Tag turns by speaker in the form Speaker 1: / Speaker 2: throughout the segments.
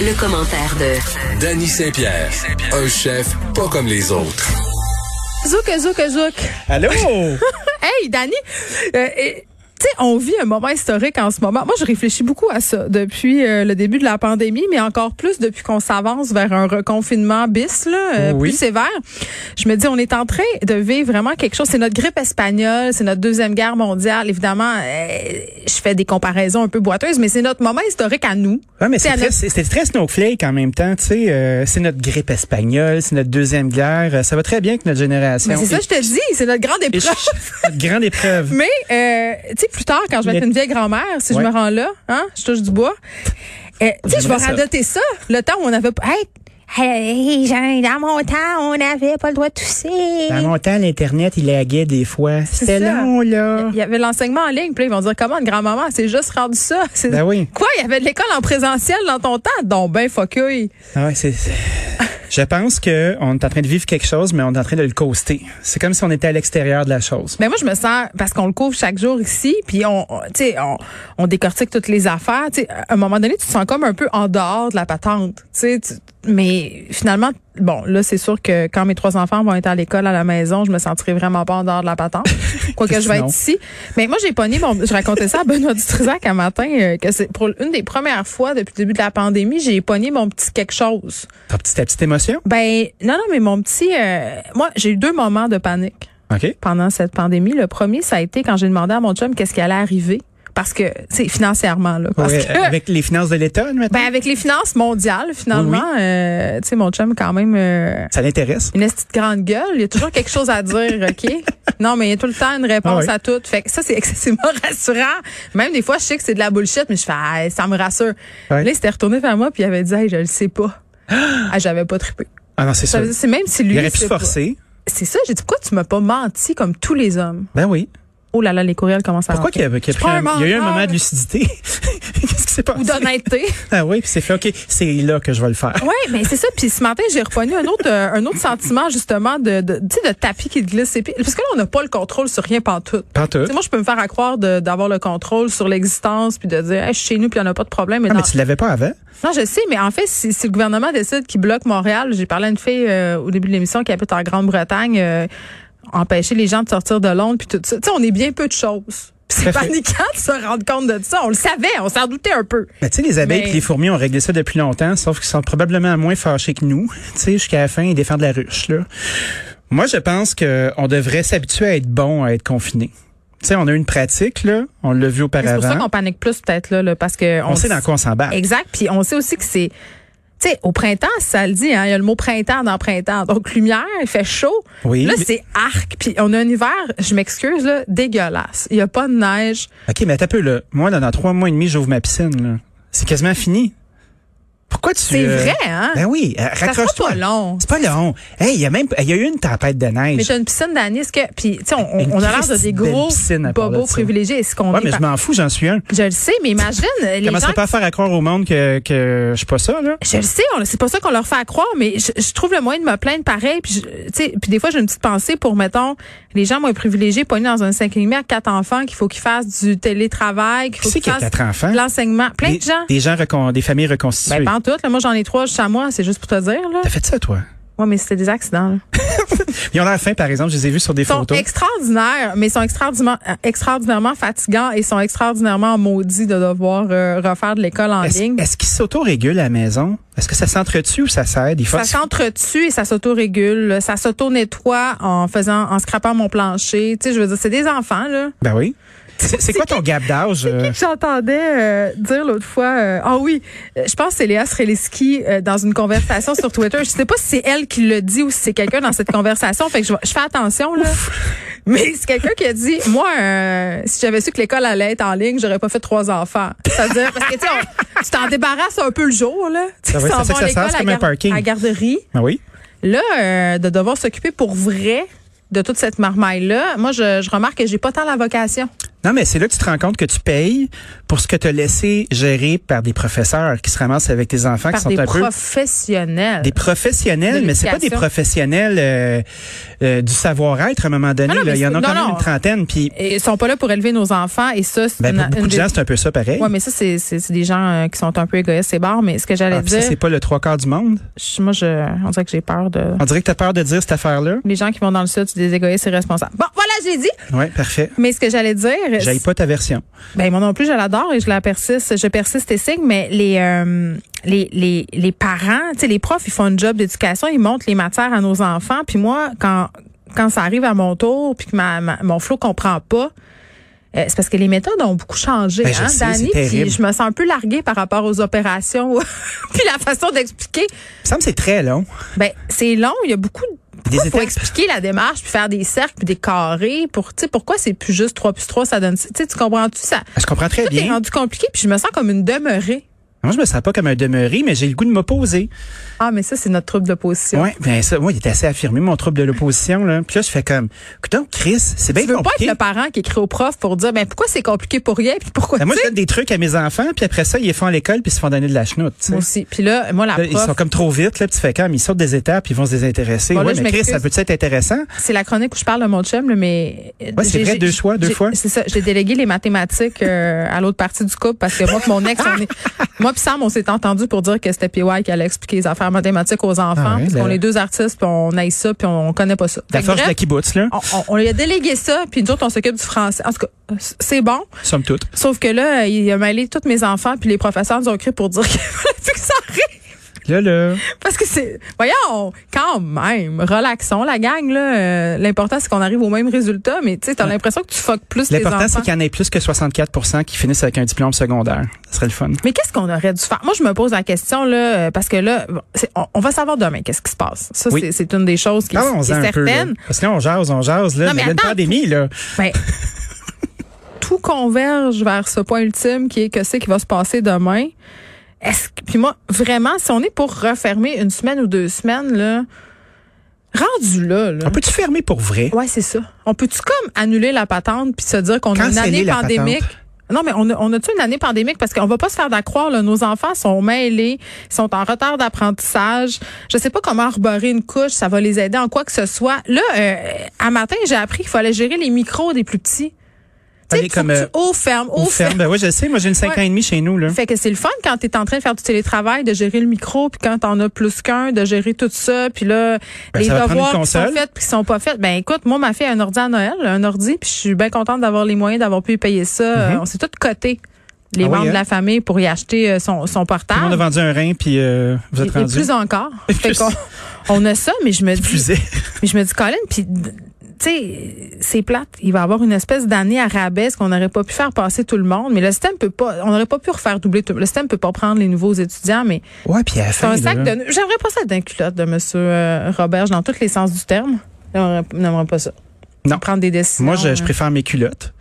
Speaker 1: le commentaire de
Speaker 2: Danny Saint-Pierre, un chef pas comme les autres.
Speaker 3: Zouk, zouk, zouk.
Speaker 4: Allô?
Speaker 3: Hey, Dani, euh, et- tu sais, on vit un moment historique en ce moment. Moi, je réfléchis beaucoup à ça depuis euh, le début de la pandémie, mais encore plus depuis qu'on s'avance vers un reconfinement bis, là, euh,
Speaker 4: Oui.
Speaker 3: plus sévère. Je me dis, on est en train de vivre vraiment quelque chose. C'est notre grippe espagnole, c'est notre deuxième guerre mondiale. Évidemment, euh, je fais des comparaisons un peu boiteuses, mais c'est notre moment historique à nous.
Speaker 4: Ouais, mais
Speaker 3: C'est
Speaker 4: c'est
Speaker 3: à
Speaker 4: très,
Speaker 3: notre-
Speaker 4: c'est- c'est très snowflake en même temps, tu sais. euh, c'est notre grippe espagnole, c'est notre deuxième guerre. euh, ça va très bien avec notre génération.
Speaker 3: Mais c'est ça, je te dis, c'est notre grande
Speaker 4: Et- et-
Speaker 3: épreuve.
Speaker 4: notre grande épreuve.
Speaker 3: Mais, euh, tu sais, plus tard, quand je vais être
Speaker 4: Mais-
Speaker 3: une vieille grand-mère, si
Speaker 4: Ouais.
Speaker 3: je me rends là, hein, je touche du bois, euh, tu sais, je vais
Speaker 4: J'aimerais ça.
Speaker 3: radoter ça. Le temps où on avait pas... Hey, hey, Jean, dans
Speaker 4: Ah.
Speaker 3: mon temps, on n'avait pas le droit de tousser.
Speaker 4: Dans mon temps, l'Internet, il laguait des fois. C'était
Speaker 3: ça.
Speaker 4: long, là.
Speaker 3: Il y avait l'enseignement en ligne, puis là, ils vont dire comment une grand-maman, c'est juste rendu ça. C'est-
Speaker 4: Ben oui.
Speaker 3: Quoi, il y avait de l'école en présentiel dans ton temps, donc ben focus.
Speaker 4: Ah ouais, c'est... c'est- Je pense que on est en train de vivre quelque chose, mais on est en train de le coaster. C'est comme si on était à l'extérieur de la chose.
Speaker 3: Mais Ben, moi, je me sens, parce qu'on le couvre chaque jour ici, puis on, on- tu sais, on, on décortique toutes les affaires. Tu sais, à un moment donné, tu te sens comme un peu en dehors de la patente. Tu sais, tu- mais finalement, bon, là, c'est sûr que quand mes trois enfants vont être à l'école, à la maison, je me sentirai vraiment pas en dehors de la patente. Quoique je vais être
Speaker 4: Sinon.
Speaker 3: ici. Mais moi, j'ai pogné, mon, je racontais ça à Benoît Dutrisac un matin, euh, que c'est pour une des premières fois depuis le début de la pandémie, j'ai pogné mon petit quelque chose.
Speaker 4: Ta petite, ta petite émotion?
Speaker 3: Ben, non, non, mais mon petit, euh, moi, j'ai eu deux moments de panique
Speaker 4: OK.
Speaker 3: pendant cette pandémie. Le premier, ça a été quand j'ai demandé à mon chum qu'est-ce qui allait arriver. Parce que, tu sais, financièrement, là. Parce
Speaker 4: Ouais,
Speaker 3: que,
Speaker 4: Avec les finances de l'État, maintenant,
Speaker 3: ben, avec les finances mondiales, finalement, euh, tu sais, mon chum, quand même, euh,
Speaker 4: ça l'intéresse.
Speaker 3: une petite grande gueule. Il y a toujours quelque chose à dire, OK? Non, mais il y a tout le temps une réponse
Speaker 4: Ah ouais.
Speaker 3: à tout. Fait que ça, c'est excessivement rassurant. Même des fois, je sais que c'est de la bullshit, mais je fais, ah, ça me rassure.
Speaker 4: Ouais.
Speaker 3: Là, il s'était retourné vers moi, puis il avait dit, hey, je le sais pas. ah, j'avais pas trippé.
Speaker 4: Ah non, c'est
Speaker 3: Ça
Speaker 4: sûr.
Speaker 3: veut dire, C'est même si lui.
Speaker 4: Il aurait pu
Speaker 3: sait
Speaker 4: se
Speaker 3: pas.
Speaker 4: forcer.
Speaker 3: C'est ça, j'ai dit, pourquoi tu m'as pas menti comme tous les hommes?
Speaker 4: Ben oui.
Speaker 3: Oh là là, les courriels commencent à
Speaker 4: Pourquoi qu'il
Speaker 3: rentrer.
Speaker 4: y a, qu'il y a
Speaker 3: Je prends
Speaker 4: pris un-
Speaker 3: un
Speaker 4: il y a eu un
Speaker 3: menteur.
Speaker 4: moment de lucidité? Qu'est-ce qui s'est passé?
Speaker 3: Ou d'honnêteté.
Speaker 4: Ah oui, puis c'est fait, OK, c'est là que je vais le faire.
Speaker 3: oui, mais c'est ça. Puis ce matin, j'ai reconnu un autre euh, un autre sentiment justement de de, tu sais, de tapis qui glisse. Et puis- parce que là, on n'a pas le contrôle sur rien pantoute.
Speaker 4: Pantoute.
Speaker 3: Tu sais, Moi, je peux me faire à croire de- d'avoir le contrôle sur l'existence puis de dire, Hey, je suis chez nous puis il n'y en a pas de problème. Mais
Speaker 4: Ah,
Speaker 3: dans-
Speaker 4: mais tu l'avais pas avant?
Speaker 3: Non, je sais, mais en fait, si, si le gouvernement décide qu'il bloque Montréal, j'ai parlé à une fille euh, au début de l'émission qui habite en Grande-Bretagne, euh, empêcher les gens de sortir de Londres, puis tout ça. Tu sais, on est bien peu de choses. Puis C'est
Speaker 4: Tout à fait.
Speaker 3: paniquant de se rendre compte de ça. On le savait, on s'en doutait un peu.
Speaker 4: Mais tu sais, les abeilles
Speaker 3: Mais-
Speaker 4: et les fourmis ont réglé ça depuis longtemps, sauf qu'ils sont probablement moins fâchés que nous. Tu sais, jusqu'à la fin, ils défendent la ruche, là. Moi, je pense que on devrait s'habituer à être bon, à être confiné. Tu sais, on a une pratique, là. On l'a vu
Speaker 3: Mais C'est pour ça
Speaker 4: auparavant.
Speaker 3: qu'on panique plus peut-être là, là, parce que
Speaker 4: On sait dans quoi on s'embarque.
Speaker 3: Exact. Puis on sait aussi que c'est tu sais, au printemps, ça le dit, hein, il y a le mot printemps dans printemps. Donc, lumière, il fait chaud.
Speaker 4: Oui,
Speaker 3: Là,
Speaker 4: mais-
Speaker 3: c'est arc. Puis on a un hiver, je m'excuse, là, dégueulasse. Il n'y a pas de neige.
Speaker 4: OK, mais attends un peu, là. Moi, dans trois mois et demi, j'ouvre ma piscine, là. C'est quasiment fini. Pourquoi tu...
Speaker 3: C'est
Speaker 4: euh,
Speaker 3: vrai, hein?
Speaker 4: Ben oui, euh,
Speaker 3: sera
Speaker 4: raccroche-toi.
Speaker 3: pas long.
Speaker 4: C'est pas long. Hey, il y a même, il y a eu une tempête de
Speaker 3: Mais
Speaker 4: neige.
Speaker 3: t'as une piscine d'Annie, est-ce que. Puis, tu sais, on,
Speaker 4: Une
Speaker 3: on a l'air de des
Speaker 4: Christine belle
Speaker 3: gros
Speaker 4: piscine à part de
Speaker 3: bobos
Speaker 4: ça.
Speaker 3: privilégiés. Est-ce qu'on
Speaker 4: Ouais,
Speaker 3: est
Speaker 4: mais je
Speaker 3: par-
Speaker 4: m'en fous, j'en suis un.
Speaker 3: je le sais, mais imagine, les gens
Speaker 4: Comment ça pas à faire à croire au monde que, que je suis pas ça, là?
Speaker 3: Je le sais, on- c'est pas ça qu'on leur fait à croire, mais je, je trouve le moyen de me plaindre pareil. Puis, je- tu sais, puis des fois, j'ai une petite pensée pour, mettons, les gens moins privilégiés, pognés dans un 5 à quatre enfants, qu'il faut qu'ils fassent du télétravail, qu'il
Speaker 4: Qui
Speaker 3: faut
Speaker 4: c'est
Speaker 3: qu'ils
Speaker 4: qui a
Speaker 3: fassent
Speaker 4: quatre enfants?
Speaker 3: de l'enseignement. Plein
Speaker 4: des,
Speaker 3: de gens.
Speaker 4: Des gens, recon- des familles reconstituées.
Speaker 3: Ben, pas en tout, là. Moi, j'en ai trois juste à moi, c'est juste pour te dire, là.
Speaker 4: T'as fait ça, toi?
Speaker 3: Ouais, mais c'était des accidents, là.
Speaker 4: Ils ont l'air fins, par exemple. Je les ai vus sur des
Speaker 3: Ils sont
Speaker 4: photos.
Speaker 3: extraordinaires, mais ils sont extraordinairement, euh, extraordinairement fatigants et ils sont extraordinairement maudits de devoir euh, refaire de l'école en
Speaker 4: Est-ce
Speaker 3: ligne.
Speaker 4: est-ce qu'ils s'autorégulent à la maison? Est-ce que ça s'entretue ou ça s'aide? Ils
Speaker 3: Ça
Speaker 4: forcent-
Speaker 3: s'entretue et ça s'auto-régule. Ça s'auto-nettoie en faisant, en scrapant mon plancher. Tu sais, je veux dire, c'est des enfants, là.
Speaker 4: Ben oui. C'est c'est quoi ton gap d'âge? euh?
Speaker 3: J'entendais euh, dire l'autre fois, euh, ah oui, euh, je pense que c'est Léa Sreliski euh, dans une conversation sur Twitter. Je sais pas si c'est elle qui le dit ou si c'est quelqu'un dans cette conversation. Fait que je, vais- je fais attention là. Mais c'est quelqu'un qui a dit, moi, euh, si j'avais su que l'école allait être en ligne, j'aurais pas fait trois enfants. C'est-à-dire parce que tu sais, on- tu t'en débarrasses un peu le jour là. Tu
Speaker 4: Ah
Speaker 3: t'en
Speaker 4: oui, c'est
Speaker 3: vas
Speaker 4: ça que
Speaker 3: à
Speaker 4: ça sert,
Speaker 3: l'école,
Speaker 4: c'est
Speaker 3: à
Speaker 4: comme un
Speaker 3: gar-
Speaker 4: parking.
Speaker 3: à la garderie.
Speaker 4: Ben oui.
Speaker 3: Là, euh, de devoir s'occuper pour vrai de toute cette marmaille là. Moi, je, je remarque que j'ai pas tant la vocation.
Speaker 4: Non, mais c'est là que tu te rends compte que tu payes pour ce que tu as laissé gérer par des professeurs qui se ramassent avec tes enfants Ah,
Speaker 3: Par
Speaker 4: qui sont
Speaker 3: des euh,
Speaker 4: un peu
Speaker 3: professionnels.
Speaker 4: des professionnels,
Speaker 3: De
Speaker 4: mais c'est pas des
Speaker 3: l'éducation.
Speaker 4: professionnels euh, euh, du savoir-être à un moment donné.
Speaker 3: Ah non,
Speaker 4: là.
Speaker 3: mais
Speaker 4: Il y en a
Speaker 3: c'est-
Speaker 4: quand
Speaker 3: non,
Speaker 4: même
Speaker 3: non.
Speaker 4: une trentaine. Puis
Speaker 3: Et ils sont pas là pour élever nos enfants et ça, c'est
Speaker 4: ben,
Speaker 3: une,
Speaker 4: pour beaucoup
Speaker 3: une
Speaker 4: de
Speaker 3: des-
Speaker 4: gens, c'est un peu ça pareil.
Speaker 3: Ouais, mais ça, c'est, c'est, c'est des gens euh, qui sont un peu égoïstes et barres, mais ce que j'allais
Speaker 4: Ah, puis ça,
Speaker 3: dire,
Speaker 4: c'est pas le trois quarts du monde.
Speaker 3: je- moi, je, on dirait que j'ai peur de
Speaker 4: On dirait que t'as peur de dire cette affaire-là.
Speaker 3: les gens qui vont dans le sud, c'est des égoïstes irresponsables. Bon, voilà, j'ai dit.
Speaker 4: Ouais, parfait.
Speaker 3: Mais ce que j'allais dire,
Speaker 4: J'aille pas ta version.
Speaker 3: Ben moi non plus, je l'adore et je la persiste, je persiste et signe, mais les euh, les, les, les parents, tu sais, les profs, ils font un job d'éducation, ils montrent les matières à nos enfants. Puis moi, quand quand ça arrive à mon tour, puis que ma, ma- mon flot comprend pas, euh, c'est parce que les méthodes ont beaucoup changé,
Speaker 4: Ben, je
Speaker 3: hein,
Speaker 4: sais, c'est
Speaker 3: Dani?
Speaker 4: terrible.
Speaker 3: Puis je me sens un peu larguée par rapport aux opérations, puis la façon d'expliquer.
Speaker 4: Ça me semble que c'est très long.
Speaker 3: Ben c'est long, il y a beaucoup.
Speaker 4: Des
Speaker 3: Il faut
Speaker 4: étapes.
Speaker 3: expliquer la démarche, puis faire des cercles, puis des carrés. Pour, tu sais, pourquoi c'est plus juste 3 plus 3, ça donne... Tu sais, tu comprends-tu ça?
Speaker 4: Je comprends très
Speaker 3: Tout est
Speaker 4: bien.
Speaker 3: rendu compliqué, puis je me sens comme une demeurée.
Speaker 4: Moi, je me sens pas comme un demeuré, mais j'ai le goût de m'opposer.
Speaker 3: Ah, mais ça, c'est notre trouble d'opposition.
Speaker 4: Ouais, ben ça, moi, il est assez affirmé, mon trouble de l'opposition, là. Puis là, je fais comme, donc, Chris, c'est bien
Speaker 3: Tu veux pas
Speaker 4: compliqué.
Speaker 3: être le parent qui écrit au prof pour dire, ben, pourquoi c'est compliqué pour rien, puis pourquoi,
Speaker 4: Ben, moi,
Speaker 3: tu
Speaker 4: je
Speaker 3: sais?
Speaker 4: donne des trucs à mes enfants, puis après ça, ils les font à l'école, puis ils se font donner de la chenoute, tu sais.
Speaker 3: Moi aussi. Puis là, moi, la
Speaker 4: Là, ils
Speaker 3: prof,
Speaker 4: sont comme trop vite, là, puis tu fais comme, ils sortent des étapes, puis ils vont se désintéresser.
Speaker 3: Bon, là,
Speaker 4: ouais,
Speaker 3: je
Speaker 4: mais Chris,
Speaker 3: m'excuse.
Speaker 4: ça peut être intéressant?
Speaker 3: c'est la chronique où je parle de mon chum, là, mais... euh,
Speaker 4: Ouais, c'est
Speaker 3: j'ai-
Speaker 4: vrai,
Speaker 3: j'ai-
Speaker 4: deux fois, deux
Speaker 3: j'ai-
Speaker 4: fois.
Speaker 3: C'est ça, j'ai délégué les mathématiques euh, à l'autre partie du couple, parce que moi puis mon ex, on est... Moi puis Sam, on s'est entendu pour dire que c'était PY qui allait expliquer les affaires mathématiques aux enfants,
Speaker 4: Ah ouais,
Speaker 3: parce
Speaker 4: ben-
Speaker 3: qu'on est deux artistes, puis on aille ça, puis on connaît pas ça. Fait
Speaker 4: La
Speaker 3: que
Speaker 4: force de
Speaker 3: bref,
Speaker 4: la kibbutz, là.
Speaker 3: on, on- on lui a délégué ça, puis nous autres, on s'occupe du français. En tout cas, c'est bon.
Speaker 4: Somme toute.
Speaker 3: Sauf que là, il a mêlé tous mes enfants, puis les professeurs nous ont cru pour dire qu'il fallait plus que ça arrive.
Speaker 4: Là, là.
Speaker 3: Parce que c'est. Voyons, quand même, relaxons la gang, là. Euh, L'important, c'est qu'on arrive au même résultat, mais tu sais, t'as l'impression que tu fuck plus tes
Speaker 4: L'important, c'est
Speaker 3: enfants.
Speaker 4: qu'il y en ait plus que 64 qui finissent avec un diplôme secondaire. Ça serait le fun.
Speaker 3: Mais qu'est-ce qu'on aurait dû faire? Moi, je me pose la question, là, euh, parce que là, bon, c'est- on, on va savoir demain qu'est-ce qui se passe. Ça,
Speaker 4: Oui. Ah
Speaker 3: c'est- c'est une des choses qui, est- qui
Speaker 4: Parlons-en
Speaker 3: est
Speaker 4: un peu. là.
Speaker 3: certaine.
Speaker 4: Parce que là, on jase, on jase, là.
Speaker 3: Non,
Speaker 4: mais
Speaker 3: mais
Speaker 4: il y a une
Speaker 3: attends,
Speaker 4: pandémie, là.
Speaker 3: Ben, tout converge vers ce point ultime qui est que c'est qui va se passer demain. Est-ce que- puis moi vraiment si on est pour refermer une semaine ou deux semaines là rendu là, là
Speaker 4: On peut-tu fermer pour vrai?
Speaker 3: Ouais, c'est ça. On peut-tu comme annuler la patente puis se dire qu'on a une
Speaker 4: Canceller
Speaker 3: année
Speaker 4: la
Speaker 3: pandémique?
Speaker 4: patente.
Speaker 3: Non, mais on a, on a-tu une année pandémique? Parce qu'on va pas se faire d'accroire, là. Nos enfants sont mêlés, ils sont en retard d'apprentissage. Je sais pas comment arborer une couche, ça va les aider en quoi que ce soit. Là, euh, à matin, j'ai appris qu'il fallait gérer les micros des plus petits. Tu sais,
Speaker 4: Allez,
Speaker 3: faut que
Speaker 4: euh,
Speaker 3: tu- oh, ferme,
Speaker 4: on
Speaker 3: oh, ferme.
Speaker 4: ferme. Ben oui, je sais. Moi, j'ai une 5
Speaker 3: Ouais.
Speaker 4: ans et demi chez nous, là.
Speaker 3: Fait que c'est le fun quand t'es en train de faire du télétravail, de gérer le micro, puis quand t'en as plus qu'un, de gérer tout ça, puis là,
Speaker 4: Ben,
Speaker 3: les
Speaker 4: ça va prendre
Speaker 3: devoirs
Speaker 4: une
Speaker 3: qui sont
Speaker 4: console.
Speaker 3: faits puis qui sont pas faits. Ben écoute, moi, ma fille a un ordi à Noël, un ordi, puis je suis bien contente d'avoir les moyens d'avoir pu payer ça. Euh, On s'est tous cotés, les
Speaker 4: Mm-hmm. Ah oui,
Speaker 3: membres
Speaker 4: hein?
Speaker 3: de la famille, pour y acheter euh, son, son
Speaker 4: Tout le monde
Speaker 3: portable.
Speaker 4: a vendu un rein, puis euh, vous
Speaker 3: Et,
Speaker 4: êtes
Speaker 3: et
Speaker 4: rendu.
Speaker 3: plus encore. Fait
Speaker 4: Plus.
Speaker 3: qu'on on a ça, mais je me dis,
Speaker 4: Épuisé.
Speaker 3: mais je me dis, Colin, puis tu sais, c'est plate. Il va y avoir une espèce d'année à rabais, ce qu'on n'aurait pas pu faire passer tout le monde. Mais le système peut pas, on n'aurait pas pu refaire doubler tout. Le système peut pas prendre les nouveaux étudiants, mais
Speaker 4: Ouais, puis à la
Speaker 3: c'est
Speaker 4: fin,
Speaker 3: un
Speaker 4: là,
Speaker 3: sac
Speaker 4: là.
Speaker 3: de. J'aimerais pas ça d'un culotte de Monsieur euh, Roberge dans tous les sens du terme. J'aimerais j'aimerais pas ça.
Speaker 4: Non.
Speaker 3: Prendre des décisions.
Speaker 4: Moi, je, je
Speaker 3: euh,
Speaker 4: préfère mes culottes.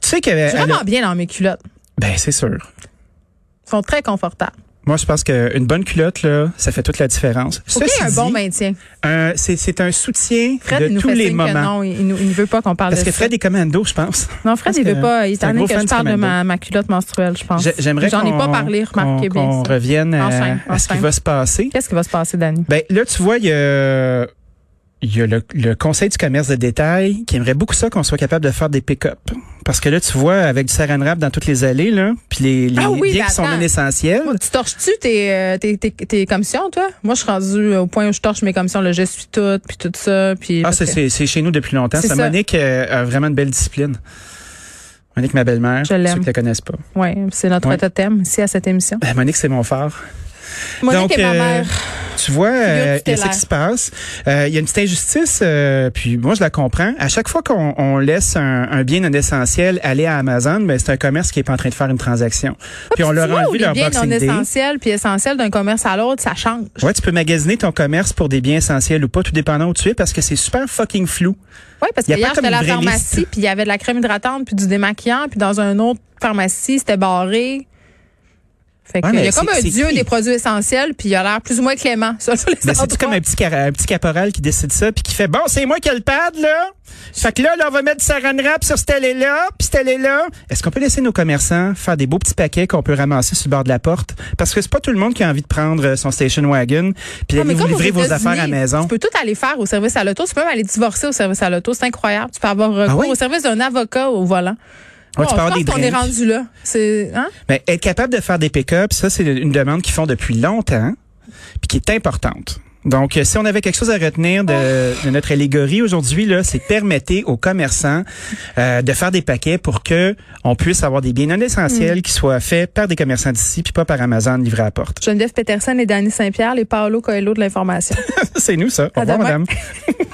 Speaker 4: Tu sais que...
Speaker 3: je suis
Speaker 4: à la-
Speaker 3: vraiment bien dans mes culottes.
Speaker 4: Ben, c'est sûr.
Speaker 3: Elles sont très confortables.
Speaker 4: Moi, je pense qu'une bonne culotte, là, ça fait toute la différence.
Speaker 3: Faut qu'il y ait un
Speaker 4: Ceci
Speaker 3: bon
Speaker 4: dit,
Speaker 3: maintien.
Speaker 4: euh, c'est, c'est un soutien
Speaker 3: Fred, il
Speaker 4: de
Speaker 3: nous
Speaker 4: tous
Speaker 3: fait
Speaker 4: les
Speaker 3: signe que
Speaker 4: moments.
Speaker 3: non, il, il nous- il ne veut pas qu'on parle
Speaker 4: Parce
Speaker 3: de
Speaker 4: que
Speaker 3: ça.
Speaker 4: Fred est commando, je pense.
Speaker 3: Non, Fred,
Speaker 4: Parce
Speaker 3: il
Speaker 4: que
Speaker 3: veut pas. Il est
Speaker 4: c'est un
Speaker 3: tanné
Speaker 4: gros
Speaker 3: que
Speaker 4: fan
Speaker 3: je
Speaker 4: du
Speaker 3: parle de
Speaker 4: Commando.
Speaker 3: ma, ma culotte menstruelle, je pense.
Speaker 4: J'ai- J'aimerais
Speaker 3: J'en ai
Speaker 4: qu'on-
Speaker 3: pas parlé, remarquez
Speaker 4: qu'on-
Speaker 3: bien
Speaker 4: qu'on
Speaker 3: ça.
Speaker 4: revienne à,
Speaker 3: Enchaîne,
Speaker 4: à ce qui
Speaker 3: enchaîne.
Speaker 4: va se passer.
Speaker 3: Qu'est-ce qui va se passer, Dani?
Speaker 4: Ben, là, tu vois, il y a, il y a le, le Conseil du commerce de détail qui aimerait beaucoup ça qu'on soit capable de faire des pick-up. Parce que là, tu vois, avec du saran wrap dans toutes les allées, là, puis les, les
Speaker 3: Ah oui,
Speaker 4: biens
Speaker 3: ben
Speaker 4: qui sont
Speaker 3: attends.
Speaker 4: non essentiels.
Speaker 3: Tu torches-tu tes, euh, tes, tes, tes commissions, toi? Moi, je suis rendue au point où je torche mes commissions, le je suis toute, puis tout ça. Puis
Speaker 4: Ah,
Speaker 3: parce
Speaker 4: c'est,
Speaker 3: que
Speaker 4: c'est, c'est chez nous depuis longtemps.
Speaker 3: C'est
Speaker 4: Ça,
Speaker 3: ça.
Speaker 4: Monique euh, a vraiment une belle discipline. Monique, ma belle-mère,
Speaker 3: Je l'aime.
Speaker 4: ceux qui la connaissent pas.
Speaker 3: ouais, c'est notre
Speaker 4: Ouais.
Speaker 3: totem ici à cette émission.
Speaker 4: Ben, Monique, c'est mon phare.
Speaker 3: Monique
Speaker 4: Donc,
Speaker 3: et ma
Speaker 4: euh,
Speaker 3: mère.
Speaker 4: Tu vois, euh, il y a
Speaker 3: tutélaire.
Speaker 4: ce qui se passe. Euh, il y a une petite injustice, euh, puis moi, je la comprends. À chaque fois qu'on on laisse un, un bien non essentiel aller à Amazon, ben, c'est un commerce qui est pas en train de faire une transaction. puis on leur
Speaker 3: Tu vois
Speaker 4: a
Speaker 3: Ah, où
Speaker 4: enlevé
Speaker 3: les
Speaker 4: leur
Speaker 3: biens non
Speaker 4: boxing day.
Speaker 3: essentiels puis essentiels d'un commerce à l'autre, ça change.
Speaker 4: Ouais, tu peux magasiner ton commerce pour des biens essentiels ou pas, tout dépendant où tu es, parce que c'est super fucking flou.
Speaker 3: Oui, parce
Speaker 4: Y a
Speaker 3: que
Speaker 4: pas
Speaker 3: hier,
Speaker 4: comme
Speaker 3: j'étais à la
Speaker 4: une vraie liste.
Speaker 3: pharmacie, puis il y avait de la crème hydratante, puis du démaquillant, puis dans une autre pharmacie, c'était barré. Fait que,
Speaker 4: Ouais, mais
Speaker 3: il y a
Speaker 4: c'est-
Speaker 3: comme un
Speaker 4: c'est
Speaker 3: dieu
Speaker 4: qui?
Speaker 3: des produits essentiels, puis il a l'air plus ou moins clément. selon les
Speaker 4: Ben, c'est
Speaker 3: endroits.
Speaker 4: comme un petit, cara- un petit caporal qui décide ça, puis qui fait Bon, c'est moi qui ai le pad, là. Fait que là, là on va mettre du saran wrap sur cette allée-là, puis cette allée-là. Est-ce qu'on peut laisser nos commerçants faire des beaux petits paquets qu'on peut ramasser sur le bord de la porte? Parce que c'est pas tout le monde qui a envie de prendre euh, son station wagon, puis
Speaker 3: Non, mais
Speaker 4: d'aller vous
Speaker 3: comme aux
Speaker 4: livrer vos affaires à la
Speaker 3: États-Unis,
Speaker 4: maison.
Speaker 3: Tu peux tout aller faire au service à l'auto. Tu peux même aller divorcer au service à l'auto. C'est incroyable. Tu peux avoir recours
Speaker 4: Ah oui?
Speaker 3: au service d'un avocat au volant.
Speaker 4: Ouais, tu
Speaker 3: Bon,
Speaker 4: peux avoir
Speaker 3: je
Speaker 4: des
Speaker 3: pense qu'on est
Speaker 4: drinks.
Speaker 3: rendu là. C'est, hein?
Speaker 4: Mais être capable de faire des pick-up, ça, c'est une demande qu'ils font depuis longtemps, puis qui est importante. Donc, euh, si on avait quelque chose à retenir de, de notre allégorie aujourd'hui, là, c'est permettez aux commerçants euh, de faire des paquets pour que on puisse avoir des biens non
Speaker 3: Mm.
Speaker 4: essentiels qui soient faits par des commerçants d'ici, puis pas par Amazon livré à la porte.
Speaker 3: Geneviève Peterson et Danny Saint-Pierre, les Paolo Coelho de l'information.
Speaker 4: c'est nous, ça.
Speaker 3: À
Speaker 4: Au revoir,
Speaker 3: demain.
Speaker 4: madame.